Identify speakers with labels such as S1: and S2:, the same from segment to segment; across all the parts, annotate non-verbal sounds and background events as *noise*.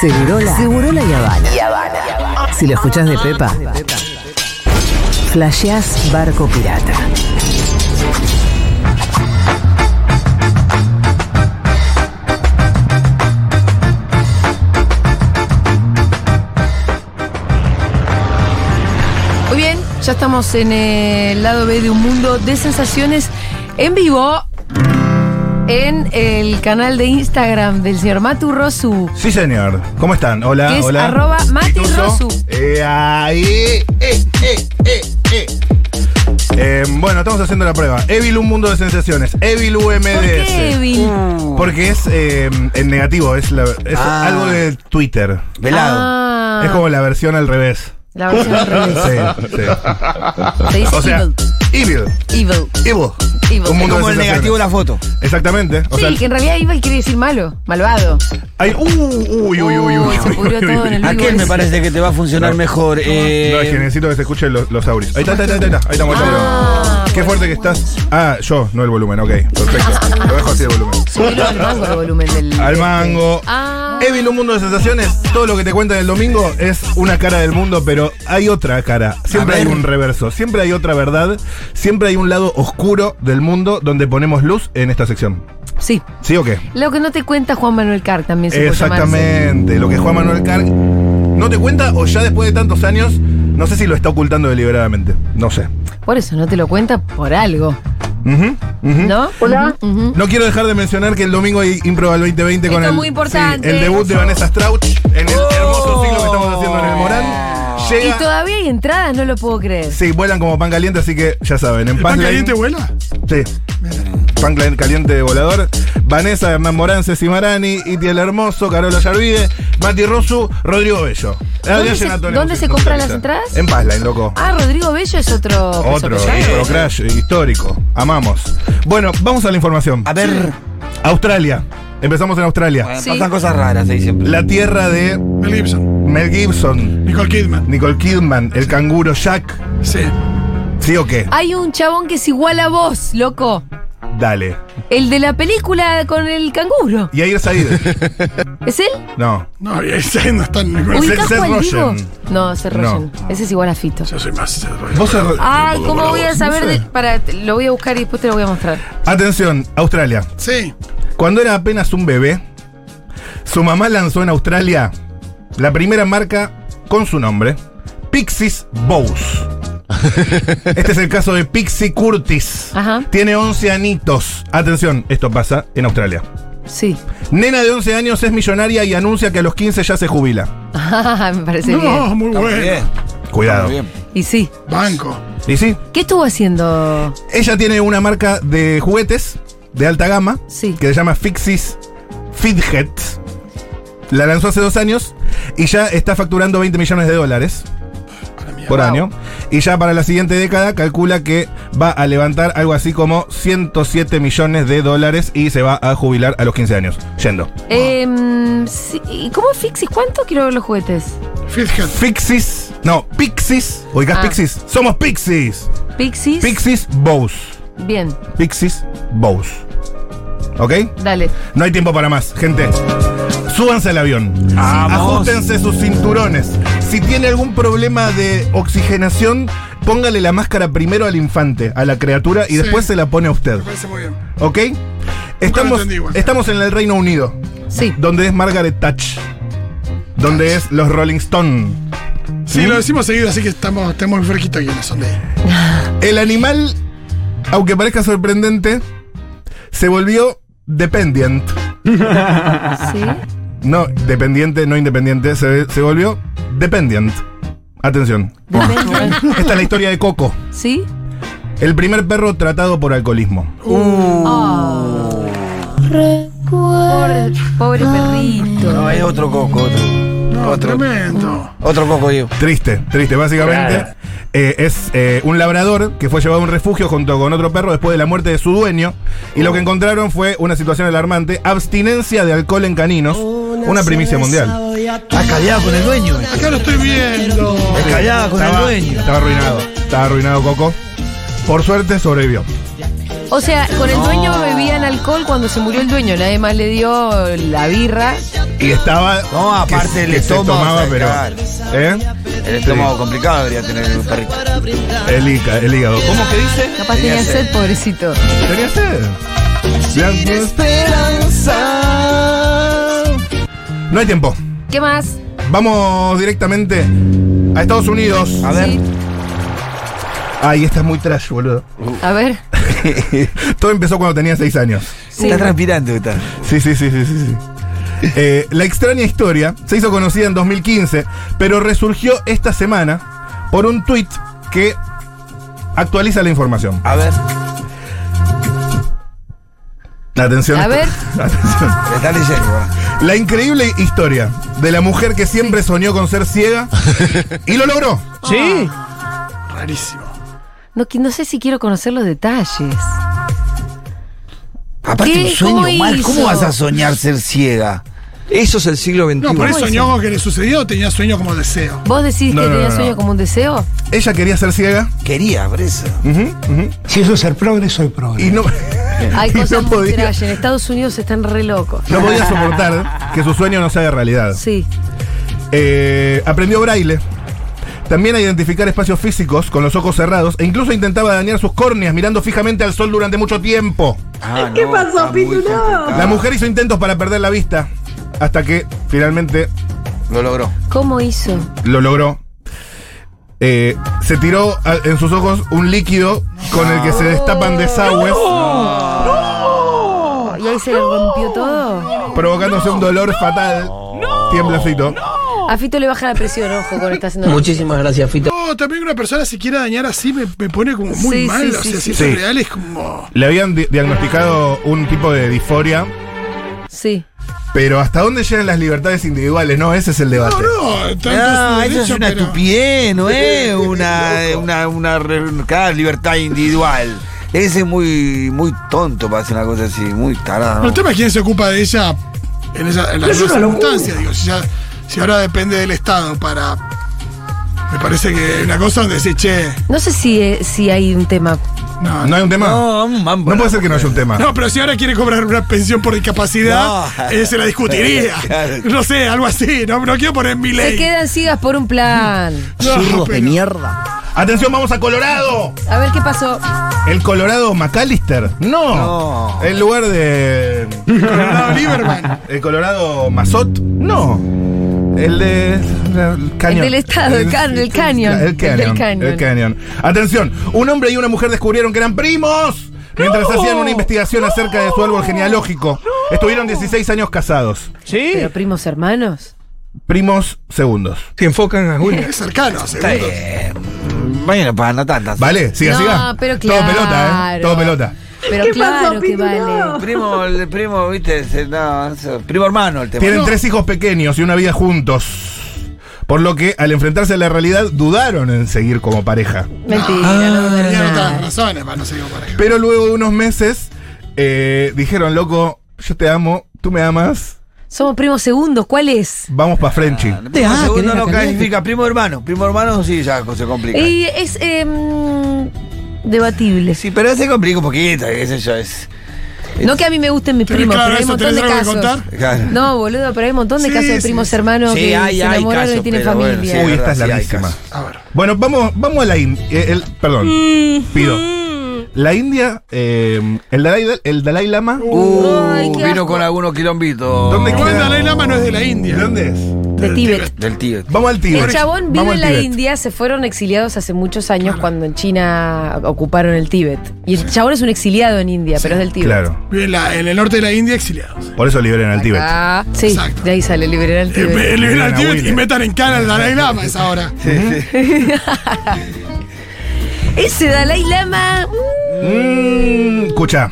S1: Segurola. Segurola y Habana. Si lo escuchás de Pepa, flasheás barco pirata.
S2: Muy bien, ya estamos en el lado B de un mundo de sensaciones en vivo en el canal de Instagram del señor Matu Rosu.
S3: Sí, señor. ¿Cómo están? Hola,
S2: Que es
S3: hola.
S2: arroba Mati
S3: Pituso.
S2: Rosu.
S3: Eh, ahí. Eh, eh, eh, eh. Eh, bueno, estamos haciendo la prueba. Evil, un mundo de sensaciones. Evil UMDS.
S2: ¿Por qué, Evil?
S3: Mm. Porque es eh, en negativo, es, la- es
S4: Ah.
S3: algo de Twitter.
S4: Velado.
S2: Ah,
S3: Es como la versión al revés.
S2: la versión al
S3: Sí, *laughs*
S2: revés.
S3: sí.
S2: Se dice
S3: O sea,
S2: evil,
S3: Evil.
S2: evil,
S3: Evil.
S2: evil.
S3: un mundo-
S4: Como el negativo de la foto.
S3: Exactamente. O
S2: Sí,
S3: sea,
S2: que en realidad evil quiere decir malo, malvado.
S3: hay. Uh, uy, uy, uy, uy,
S2: Uy, se
S3: uy,
S2: pudrió
S3: uy,
S2: todo
S3: uy,
S2: en el vivo.
S3: uy.
S4: Aquel me parece que te va a funcionar mejor. eh,
S3: No, es que necesito que se escuchen los, los auris. Ahí está, ahí está, ahí está, ahí estamos. ahí
S2: Ah,
S3: estamos. Qué fuerte que estás. Ah, yo, no el volumen, ok. Perfecto. Lo dejo así el volumen.
S2: Subirlo al mango el volumen del.
S3: Al
S2: del-
S3: mango.
S2: Ah.
S3: Evil, un mundo de sensaciones. Todo lo que te cuentan el domingo es una cara del mundo, pero hay otra cara. Siempre
S4: A
S3: hay
S4: ver.
S3: un reverso, siempre hay otra verdad, siempre hay un lado oscuro del mundo donde ponemos luz en esta sección.
S2: Sí.
S3: ¿Sí o qué?
S2: Lo que no te cuenta Juan Manuel Carr también se puede llamarse.
S3: Exactamente, lo que Juan Manuel Carr no te cuenta o ya después de tantos años, no sé si lo está ocultando deliberadamente, no sé.
S2: Por eso no te lo cuenta por algo,
S3: Ujú, ujú.
S2: ¿no? Hola.
S3: No quiero dejar de mencionar que el domingo hay Impro al 2020 con
S2: Esto es
S3: el,
S2: muy importante.
S3: sí, el debut de Vanessa Strauch en el hermoso ciclo que estamos haciendo en el Morán.
S2: Ah. Y
S3: Llega.
S2: todavía hay entradas, no lo puedo creer.
S3: Sí, vuelan como pan caliente, así que ya saben. En pan, caliente vuela? Sí. Pan cla- caliente de volador. Vanessa, Hernán Morán, Ceci Marani, Iti el Hermoso, Carola Yarvide, Mati Rosu, Rodrigo Bello. Ah,
S2: ¿Dónde se-
S3: Antonio
S2: dónde
S3: Musi-
S2: se compran
S3: musicaliza.
S2: las entradas?
S3: En Pazline, loco.
S2: Ah, Rodrigo Bello es otro.
S3: Otro, Impro Crash, histórico. Amamos. Bueno, vamos a la información.
S4: A ver,
S3: Australia. Empezamos en Australia.
S2: Sí.
S4: pasan cosas raras ahí siempre.
S3: La tierra de
S5: Mel Gibson,
S3: Mel Gibson,
S5: Nicole Kidman.
S3: Nicole Kidman, el canguro Jack.
S5: Sí.
S3: ¿Sí o qué?
S2: Hay un chabón que es igual a vos, loco.
S3: Dale.
S2: El de la película con el canguro.
S3: Y Air Said.
S2: ¿Es él?
S3: No.
S5: No, y ese no está en ningún
S3: Uy.
S2: ¿Ubicás
S3: Seth
S2: cuál digo?
S3: Rogen.
S2: No, Seth
S3: No.
S2: Rogen. Ese es igual a Fito.
S5: Yo soy más. eh,
S3: Vos sos-
S2: Ay, Ah, ¿cómo voy a saber?
S3: No
S2: de-
S3: sé.
S2: para, lo voy a buscar y después te lo voy a mostrar.
S3: Atención, Australia.
S5: Sí.
S3: Cuando era apenas un bebé, su mamá lanzó en Australia la primera marca con su nombre, Pixies Bows. Este es el caso de Pixie Curtis.
S2: Ajá.
S3: Tiene 11 anitos. Atención, esto pasa en Australia.
S2: Sí. *laughs*
S3: Nena de 11 años es millonaria y anuncia que a los 15 ya se jubila.
S2: Ah, Me parece bien.
S5: No, muy
S4: Está muy
S5: bueno.
S4: bien, está
S3: Cuidado.
S4: muy Ah, bien.
S2: Y sí.
S5: Banco.
S3: ¿Y sí?
S2: ¿Qué estuvo haciendo?
S3: Ella tiene una marca de juguetes de alta gama
S2: Sí.
S3: que se llama Fixis Fidget. La lanzó hace dos años y ya está facturando 20 millones de dólares
S5: Para mí.
S3: por
S2: Wow.
S3: año. Y ya para la siguiente década calcula que va a levantar algo así como 107 millones de dólares y se va a jubilar a los 15 años. Yendo.
S2: Em, sí, ¿Y cómo Fixis? ¿Cuánto quiero ver los juguetes?
S5: Fitzhead.
S3: Fixis. No, Pixis. ¿Oigas
S2: Ah.
S3: Pixis? Somos Pixis.
S2: Pixis.
S3: Pixis Bows.
S2: Bien,
S3: Pixis Bows. ¿Ok?
S2: dale.
S3: No hay tiempo para más, gente. Súbanse al avión. Ajustense sus cinturones. Si tiene algún problema de oxigenación, póngale la máscara primero al infante, a la criatura, y
S5: Sí.
S3: después se la pone a usted.
S5: Me parece muy bien.
S3: ¿Ok? Estamos,
S5: entendí igual.
S3: estamos en el Reino Unido,
S2: Sí.
S3: donde es Margaret Thatch, donde es los Rolling Stone.
S5: Sí, lo decimos seguido, así que estamos, estamos muy fresquitos aquí en la zona.
S3: El animal, aunque parezca sorprendente, se volvió dependiente.
S2: Sí.
S3: No, dependiente, no independiente, se, se volvió dependent. Atención.
S2: Depende.
S3: Esta es la historia de Coco,
S2: ¿Sí?
S3: el primer perro tratado por alcoholismo.
S2: Oh. Pobre, pobre perrito.
S4: No, es otro coco, otro.
S5: No,
S4: otro,
S5: tremendo.
S4: otro coco, Diego.
S3: Triste, triste, básicamente. Eh, es eh, un labrador que fue llevado a un refugio junto con otro perro después de la muerte de su dueño. Y
S4: Oh.
S3: lo que encontraron fue una situación alarmante: abstinencia de alcohol en caninos. Una primicia mundial.
S4: Está callado con el dueño. eh.
S5: Acá lo estoy viendo.
S4: Está callado con el
S3: Estaba,
S4: dueño.
S3: estaba arruinado, estaba arruinado Coco. Por suerte sobrevivió.
S2: O sea, con el dueño bebían alcohol cuando se murió el dueño. Nadie más le dio la birra
S3: Y estaba.
S4: No,
S3: que-
S4: aparte el
S3: que se
S4: estómago,
S3: tomaba,
S4: sabe,
S3: pero.
S4: claro.
S3: ¿Eh?
S4: El estómago complicado debería tener el perrito.
S3: El, hica- el hígado. ¿Cómo que dice?
S2: Capaz tenía
S4: Tenía sed.
S2: sed, pobrecito.
S3: Tenía sed. No hay tiempo.
S2: ¿Qué más?
S3: Vamos directamente a Estados Unidos.
S4: A ver.
S2: Sí.
S3: Ay, esta es muy trash,
S4: *laughs*
S3: boludo.
S2: A ver.
S3: Todo empezó cuando tenía 6 años.
S2: Sí.
S4: Está transpirando, está.
S3: Sí, sí, sí, sí, sí. sí. Eh, la extraña historia se hizo conocida en 2015, pero resurgió esta semana por un tuit que actualiza la información.
S4: A ver.
S3: Atención.
S2: A
S3: *laughs*
S2: ver.
S3: Atención.
S4: Le está leyendo. ¿eh? va.
S3: La increíble historia de la mujer que siempre soñó con ser ciega y lo logró. Ah.
S6: Sí.
S5: Rarísimo.
S2: No, que- no sé si quiero conocer los detalles.
S4: Aparte, un
S2: ¿Qué? ¿Cómo
S4: sueño mal.
S2: hizo?
S4: ¿Cómo vas a soñar ser ciega?
S6: Eso es el siglo XXI.
S5: No, por eso
S2: ¿Cómo
S5: soñó algo que le sucedió o tenía sueño como deseo.
S2: ¿Vos decís
S3: No,
S2: que
S3: no,
S2: tenía
S3: no,
S2: sueño
S3: no.
S2: como un deseo?
S3: Ella quería ser ciega
S4: Quería, por eso.
S7: Si eso es ser progre, soy progre.
S3: y no,
S2: Hay
S3: *laughs* y no
S2: cosas muy
S3: podía,
S2: trash. En Estados Unidos están re locos.
S3: no podía soportar que su sueño no se haga realidad.
S2: Sí.
S3: Eh, aprendió braille. También a identificar espacios físicos con los ojos cerrados e incluso intentaba dañar sus córneas mirando fijamente al sol durante mucho tiempo.
S4: ¿Qué pasó, Pitu?
S3: La
S2: Ah.
S3: mujer hizo intentos para perder la vista hasta que finalmente
S4: Lo logró.
S2: ¿Cómo hizo?
S3: lo logró. Eh, se tiró a- en sus ojos un líquido con el que se destapan desagües,
S2: ¿Y ahí se le rompió todo?
S3: provocándose un dolor fatal. Tiemblacito.
S2: A Fito le baja la presión, ojo, con esta haciendo.
S6: Muchísimas gracias, Fito.
S5: No, también que una persona si quiera dañar así me, me pone como muy
S2: Sí,
S5: mal.
S2: sí,
S5: o
S2: sí, sí.
S5: sea, si eso
S3: Sí.
S5: es real es como.
S3: Le habían di- diagnosticado un tipo de disforia,
S2: Sí.
S3: pero ¿hasta dónde llegan las libertades individuales? No, ese es el debate.
S5: No, no, tanto
S4: Ah,
S5: su
S4: eso es
S5: derecho,
S4: una
S5: pero-
S3: *laughs*
S4: estupidez, no es una, eh, una, una re- cada libertad individual. Ese es muy, muy tonto para hacer una cosa así, muy tarado.
S5: No, el tema es quién se ocupa de ella en, esa, en las dos circunstancias. Digo, si, ya- si ahora depende del Estado para. Me parece que hay una cosa donde decís, che,
S2: No sé si, eh, si hay un tema.
S5: no,
S3: ¿No
S5: no.
S3: hay un tema?
S4: un mambo.
S3: No puede ser que no haya un tema.
S5: No, pero si ahora quiere cobrar una pensión por discapacidad,
S4: No.
S5: eh, se la discutiría.
S4: Claro.
S5: No sé, algo así. No, no quiero poner mi
S2: Se
S5: ley.
S2: quedan sigas por un plan.
S5: No, pero-
S7: mierda.
S3: ¡Atención, vamos a Colorado!
S2: A ver qué pasó.
S3: ¿El Colorado McAllister? No.
S4: No.
S3: ¿El lugar de.
S2: *laughs*
S5: Colorado Lieberman.
S3: ¿El Colorado Mazot? No. El de. El cañón.
S2: El del estado, el can- el cañón.
S3: El
S2: El
S3: cañón.
S2: del cañón.
S3: El cañón. Atención, un hombre y una mujer descubrieron que eran primos mientras hacían una investigación acerca de su árbol genealógico. Estuvieron 16 años casados.
S6: Sí.
S2: ¿Pero primos hermanos?
S3: Primos segundos.
S6: Que enfocan a Julio.
S5: Es cercano,
S4: Está
S5: seguro.
S4: bien. Bueno, para no tantas.
S3: ¿Vale? Siga,
S2: no,
S3: siga.
S2: pero claro.
S3: Todo pelota, ¿eh? Todo pelota.
S2: Pero claro que vale.
S4: Primo, el primo, viste, se- no, eso- primo hermano el tema.
S3: Tienen tres hijos pequeños y una vida juntos. Por lo que, al enfrentarse a la realidad, dudaron en seguir como pareja.
S2: Mentira, no, no,
S5: Tenía
S2: no,
S5: otras
S2: no.
S5: razones para no seguir con pareja.
S3: Pero luego de unos meses eh, dijeron, loco, yo te amo, tú me amas,
S2: Somos primos segundos, ¿cuál es?
S3: vamos pa' Frenchy.
S4: Primo
S7: Ah,
S4: segundo
S7: querés
S4: no
S7: cambiar.
S4: califica, primo hermano. Primo hermano sí ya se complica.
S2: Y es em, debatible.
S4: Sí, pero se complica un poquito, qué sé yo, es.
S2: No que a mí me gusten mis
S5: ¿Tenés
S2: primos,
S5: claro
S2: pero hay un
S5: eso?
S2: montón de
S5: ¿Tenés algo que
S2: casos.
S5: contar?
S2: No, boludo, pero hay un montón de
S5: Sí,
S2: casos de
S5: sí,
S2: primos
S5: sí.
S2: hermanos
S4: Sí,
S2: que
S4: hay-
S2: se
S4: hay
S2: enamoraron y
S4: casos,
S2: tienen
S4: pero bueno,
S2: familia.
S4: sí.
S3: Uy, esta es
S4: verdad, sí, hay
S3: larguísima.
S4: casos.
S5: A ver.
S3: Bueno, vamos, vamos a la India. perdón,
S2: Mm-hmm.
S3: pido. La India, eh, el, Dalai, el Dalai Lama.
S2: Ay,
S4: Uh,
S2: qué
S4: vino
S2: asco.
S4: con algunos quilombitos.
S3: ¿Dónde
S5: Igual
S3: queda?
S5: Dalai Lama no es de la
S3: ¿De
S5: India.
S3: dónde es?
S2: De Tíbet.
S4: Del tío.
S3: Vamos al Tíbet.
S2: Uh. El chabón vive
S3: Vamos
S2: en
S3: al
S2: la
S3: Tíbet.
S2: India, se fueron exiliados hace muchos años cuando en China ocuparon el Tíbet. Y el chabón es un exiliado en India, pero es del Tíbet.
S3: Claro,
S5: Vive en, la- en el norte de la India exiliados.
S3: por eso liberan al Tíbet.
S2: Ah, sí,
S5: Exacto.
S2: de ahí sale liberar al
S5: Eh,
S2: Tíbet.
S5: me- Liberan al
S3: Viven a
S5: Tíbet y
S3: Wilde.
S5: metan en cana al Dalai Lama es ahora.
S2: Ese Dalai Lama. mm,
S3: Mm, escucha,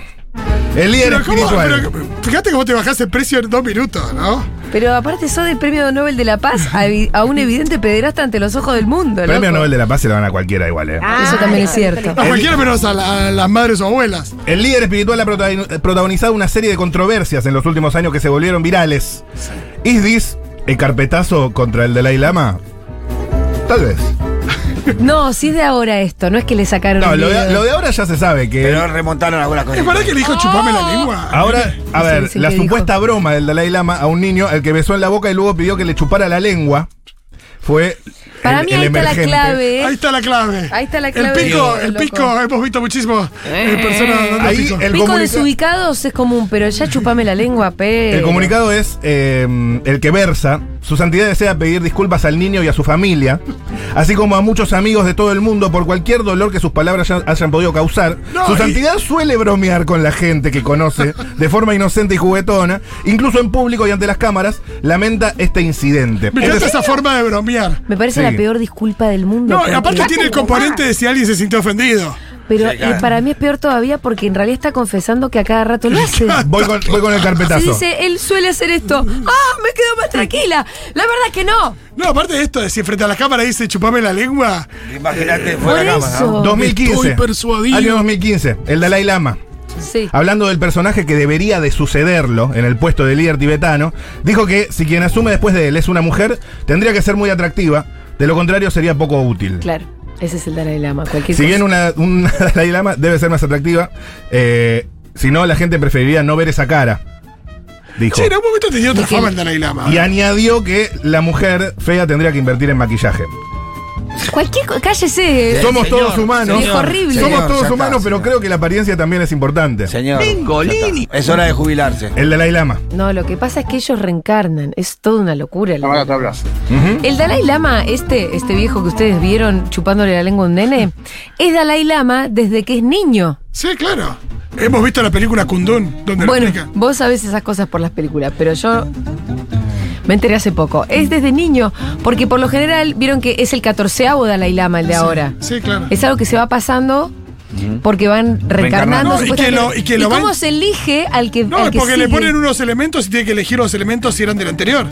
S3: el líder
S5: Pero, ¿cómo?
S3: espiritual.
S5: Pero fíjate cómo te bajás el precio en dos minutos, ¿no?
S2: Pero aparte sos del premio Nobel de la Paz a, vi- a un evidente pederasta ante los ojos del mundo.
S3: Premio
S2: loco. Ah.
S3: Nobel de la Paz se lo dan a cualquiera igual, eh.
S2: Eso también es cierto.
S5: A cualquiera menos a, la- a las madres o abuelas.
S3: El líder espiritual ha protagoni- protagonizado una serie de controversias en los últimos años que se volvieron virales. ¿Is this el carpetazo contra el Dalai Lama? Tal vez.
S2: No, si es de ahora esto, no es que le sacaron.
S3: No,
S2: un
S3: lo de,
S2: dedo.
S3: lo de ahora ya se sabe que.
S4: Pero remontaron algunas
S5: ¿Es
S4: cosas.
S5: verdad que le dijo chupame la lengua?
S3: Ahora, a
S2: Sí,
S3: ver,
S2: sí,
S3: la
S2: ¿qué dijo?
S3: supuesta broma del Dalai Lama a un niño al que besó en la boca y luego pidió que le chupara la lengua fue.
S2: Para
S3: el-
S2: mí
S3: el
S2: ahí está la
S3: emergente.
S2: clave.
S5: Ahí está la clave.
S2: Ahí está la
S5: El
S2: clave
S5: pico,
S2: de-
S5: el
S2: loco.
S5: pico, hemos visto muchísimo eh, personas dando
S3: Ahí
S5: pico.
S3: el
S2: Pico
S3: comunica-
S2: desubicados es común, pero ya chupame la lengua, pe.
S3: El comunicado es eh, el que versa. Su santidad desea pedir disculpas al niño y a su familia, así como a muchos amigos de todo el mundo por cualquier dolor que sus palabras hayan, hayan podido causar.
S5: No,
S3: su
S5: y-
S3: santidad suele bromear con la gente que conoce de forma inocente y juguetona, incluso en público y ante las cámaras, lamenta este incidente.
S5: Me
S3: Este
S5: encanta
S3: es-
S5: esa forma de bromear.
S2: Me parece
S3: Sí.
S2: la peor disculpa del mundo.
S5: No, y
S2: porque-
S5: aparte tiene el componente de si alguien se sintió ofendido.
S2: Pero
S4: Sí, claro.
S2: eh, para mí es peor todavía porque en realidad está confesando que a cada rato
S3: *laughs*
S2: lo hace.
S3: voy, con, voy con el
S2: Se
S3: carpetazo.
S2: dice, él suele hacer esto. ¡Ah! Me quedo más tranquila. La verdad que no.
S5: No, aparte de esto, de si frente a la cámara dice chupame la lengua.
S4: Imagínate
S2: Por
S4: fuera de cámara.
S2: eso.
S3: 2015.
S5: Estoy persuadido.
S3: Año 2015. El Dalai Lama.
S2: Sí.
S3: Hablando del personaje que debería de sucederlo en el puesto de líder tibetano, dijo que si quien asume después de él es una mujer, tendría que ser muy atractiva, de lo contrario sería poco útil.
S2: Claro. Ese es el Dalai Lama. Cualquier
S3: Si
S2: cosa.
S3: bien una, una *laughs* Dalai Lama debe ser más atractiva, eh, si no, la gente preferiría no ver esa cara, dijo.
S5: Sí, en algún momento tenía otra fama el Dalai Lama.
S3: Y añadió que la mujer fea tendría que invertir en maquillaje.
S2: Cualquier co- Cállese.
S3: Somos todos humanos.
S2: Es horrible.
S3: Somos
S4: Señor,
S3: todos
S4: ya está,
S3: humanos, pero
S4: señor.
S3: creo que la apariencia también es importante.
S4: Señor. ya está. Es hora de jubilarse.
S3: El Dalai Lama.
S2: No, lo que pasa es que ellos reencarnan. Es toda una locura. la verdad. El Dalai Lama, este, este viejo que ustedes vieron chupándole la lengua a un nene, es Dalai Lama desde que es niño.
S5: Sí, claro. Hemos visto la película Kundun, donde
S2: Bueno,
S5: lo explica.
S2: vos sabés esas cosas por las películas, pero yo me enteré hace poco. Es desde niño, porque por lo general vieron que es el catorceavo Dalai Lama el de ahora.
S5: Sí, claro.
S2: Es algo que se va pasando porque van reencarnando.
S4: Reencarnando.
S5: No, y que lo-
S2: supuestamente.
S5: y que lo van-
S2: cómo se elige al que
S5: No,
S2: al
S5: es
S2: que
S5: porque le
S2: sigue?
S5: ponen unos elementos y tiene que elegir los elementos si eran del anterior.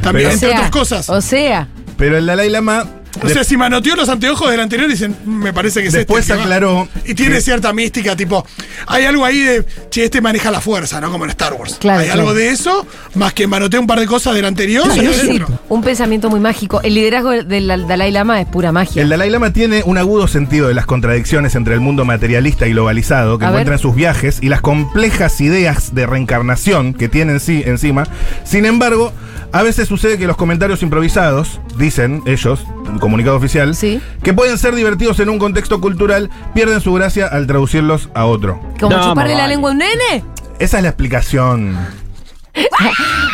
S5: También,
S3: Pero-
S5: entre
S2: O sea,
S5: otras cosas.
S2: O sea,
S3: Pero el Dalai Lama.
S5: O sea, si manoteó los anteojos del anterior, dicen, "Mm, me parece que es
S3: Después
S5: este el que va".
S3: aclaró
S5: Y tiene
S3: que-
S5: cierta mística, tipo, hay algo ahí de, che, este maneja la fuerza, ¿no? Como en Star Wars.
S2: Claro,
S5: hay
S2: claro.
S5: algo de eso, más que manotea un par de cosas del anterior y
S2: sí,
S5: del
S2: sí,
S5: otro.
S2: un pensamiento muy mágico. El liderazgo del Dalai Lama es pura magia.
S3: El Dalai Lama tiene un agudo sentido de las contradicciones entre el mundo materialista y globalizado que
S2: A ver.
S3: encuentra en sus viajes y las complejas ideas de reencarnación que tiene en sí, encima. Sin embargo, a veces sucede que los comentarios improvisados, dicen ellos, en comunicado oficial,
S2: Sí.
S3: que pueden ser divertidos en un contexto cultural, pierden su gracia al traducirlos a otro.
S2: Como chuparle la lengua a un nene.
S3: Esa es la explicación.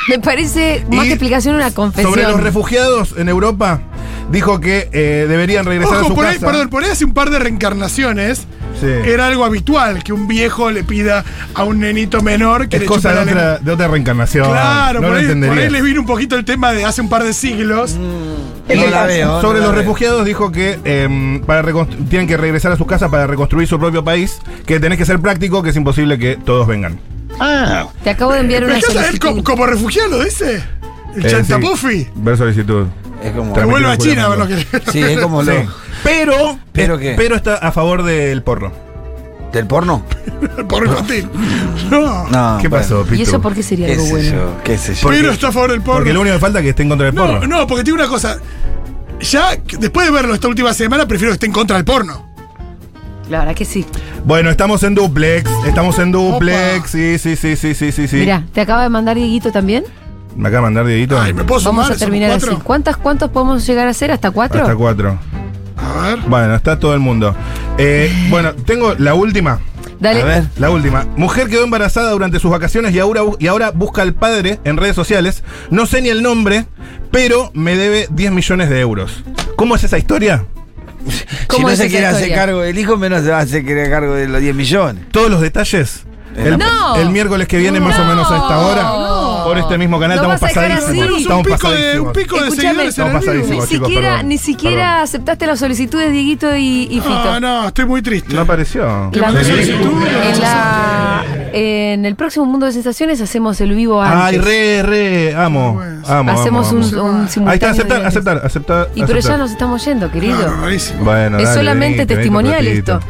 S2: Me parece más
S3: Y
S2: que explicación una confesión.
S3: Sobre los refugiados en Europa, dijo que eh, deberían regresar a
S5: Ojo,
S3: su
S5: por ahí,
S3: casa.
S5: perdón, por ahí hace un par de reencarnaciones.
S3: Sí.
S5: Era algo habitual que un viejo le pida a un nenito menor que
S3: Es
S5: le
S3: cosa
S5: chupe
S3: de
S5: la lengua.
S3: otra, de otra reencarnación.
S5: Claro,
S3: no
S5: por,
S3: lo
S5: ahí, por
S3: entendería.
S5: ahí les vino un poquito el tema de hace un par de siglos.
S4: No la veo.
S3: Sobre
S4: no la
S3: los
S4: veo.
S3: refugiados dijo que em, para reconstru- tienen que regresar a sus casas para reconstruir su propio país, que tenés que ser práctico, que es imposible que todos vengan.
S5: Ah,
S2: Te acabo de enviar
S5: Me
S2: una
S5: encanta él
S2: solicitud.
S5: como, como refugiado, dice. El
S3: Eh,
S5: Chanta
S3: sí.
S5: Puffy.
S3: Ver solicitud.
S4: Es como.
S3: *laughs*
S5: Que
S3: Tramitido
S5: vuelva a
S3: juramento.
S5: China a ver lo que.
S4: Sí, es como
S3: Sí.
S4: lo.
S3: Pero,
S4: ¿Pero qué?
S3: pero está a favor del porro.
S4: ¿Del porno?
S5: *laughs* Por infantil. No.
S4: No.
S3: ¿Qué
S4: Ah, bueno.
S3: pasó, Pitu?
S2: ¿Y eso por qué sería
S4: ¿Qué
S2: algo
S4: sé
S2: bueno?
S4: yo? ¿Qué sé yo?
S5: Pero está a favor del porno.
S3: Porque lo único que falta es que esté en contra del
S5: no,
S3: porno.
S5: no, porque tiene una cosa. Ya, después de verlo esta última semana, prefiero que esté en contra del porno.
S2: La verdad que sí.
S3: Bueno, estamos en duplex, estamos en duplex,
S5: Opa.
S3: sí, sí, sí, sí, sí, sí, sí.
S2: Mira, ¿te acaba de mandar Dieguito también?
S3: Me acaba de mandar Dieguito.
S5: Ay, me puedo sumar.
S2: Vamos a
S5: ¿Somos
S2: terminar así.
S5: cuatro?
S2: ¿Cuántas, ¿Cuántos podemos llegar a hacer? ¿Hasta cuatro?
S3: Ah, Hasta cuatro.
S5: A ver.
S3: Bueno, está todo el mundo.
S2: *laughs*
S3: Eh, bueno, tengo la última.
S2: Dale.
S4: A ver.
S3: La última. Mujer quedó embarazada durante sus vacaciones y ahora, bu- y ahora busca al padre en redes sociales. No sé ni el nombre, pero me debe 10 millones de euros. ¿Cómo es esa historia?
S4: Si
S2: ¿Cómo
S4: no
S2: es
S4: se
S2: esa
S4: quiere hacer
S2: historia?
S4: cargo del hijo, menos se va a hacer querer cargo de los 10 millones.
S3: Todos los detalles. El,
S2: Eh, No.
S3: el miércoles que viene, más o
S2: No.
S3: menos a esta hora,
S2: No.
S3: por este mismo canal,
S2: Lo
S3: estamos
S2: vas a dejar
S3: pasadísimos.
S2: así.
S3: Estamos
S5: un pico de, un
S3: pasadísimos.
S5: pico de
S2: Escúchame.
S5: seguidores en
S3: Estamos
S5: el vivo.
S2: Ni
S3: chicos,
S2: siquiera,
S3: perdón.
S2: ni siquiera
S3: Perdón.
S2: aceptaste las solicitudes, Dieguito y, y Fito.
S5: No, no, estoy muy triste.
S3: No apareció.
S5: Te mandé
S2: Sí.
S5: solicitud.
S2: En, la- en el próximo Mundo de Sensaciones hacemos el vivo
S3: Ay,
S2: antes.
S3: re, re. Amo. amo
S2: hacemos
S3: amo,
S2: un,
S3: amo.
S2: un simultáneo.
S3: Ahí está,
S2: de-
S3: aceptar, aceptar, aceptar.
S2: Y pero ya
S3: aceptar.
S2: nos estamos yendo, querido.
S5: Claro, rarísimo.
S3: Bueno,
S2: Es
S3: dale,
S2: solamente
S3: venite, venite un
S2: testimonial
S3: ratito.
S2: esto.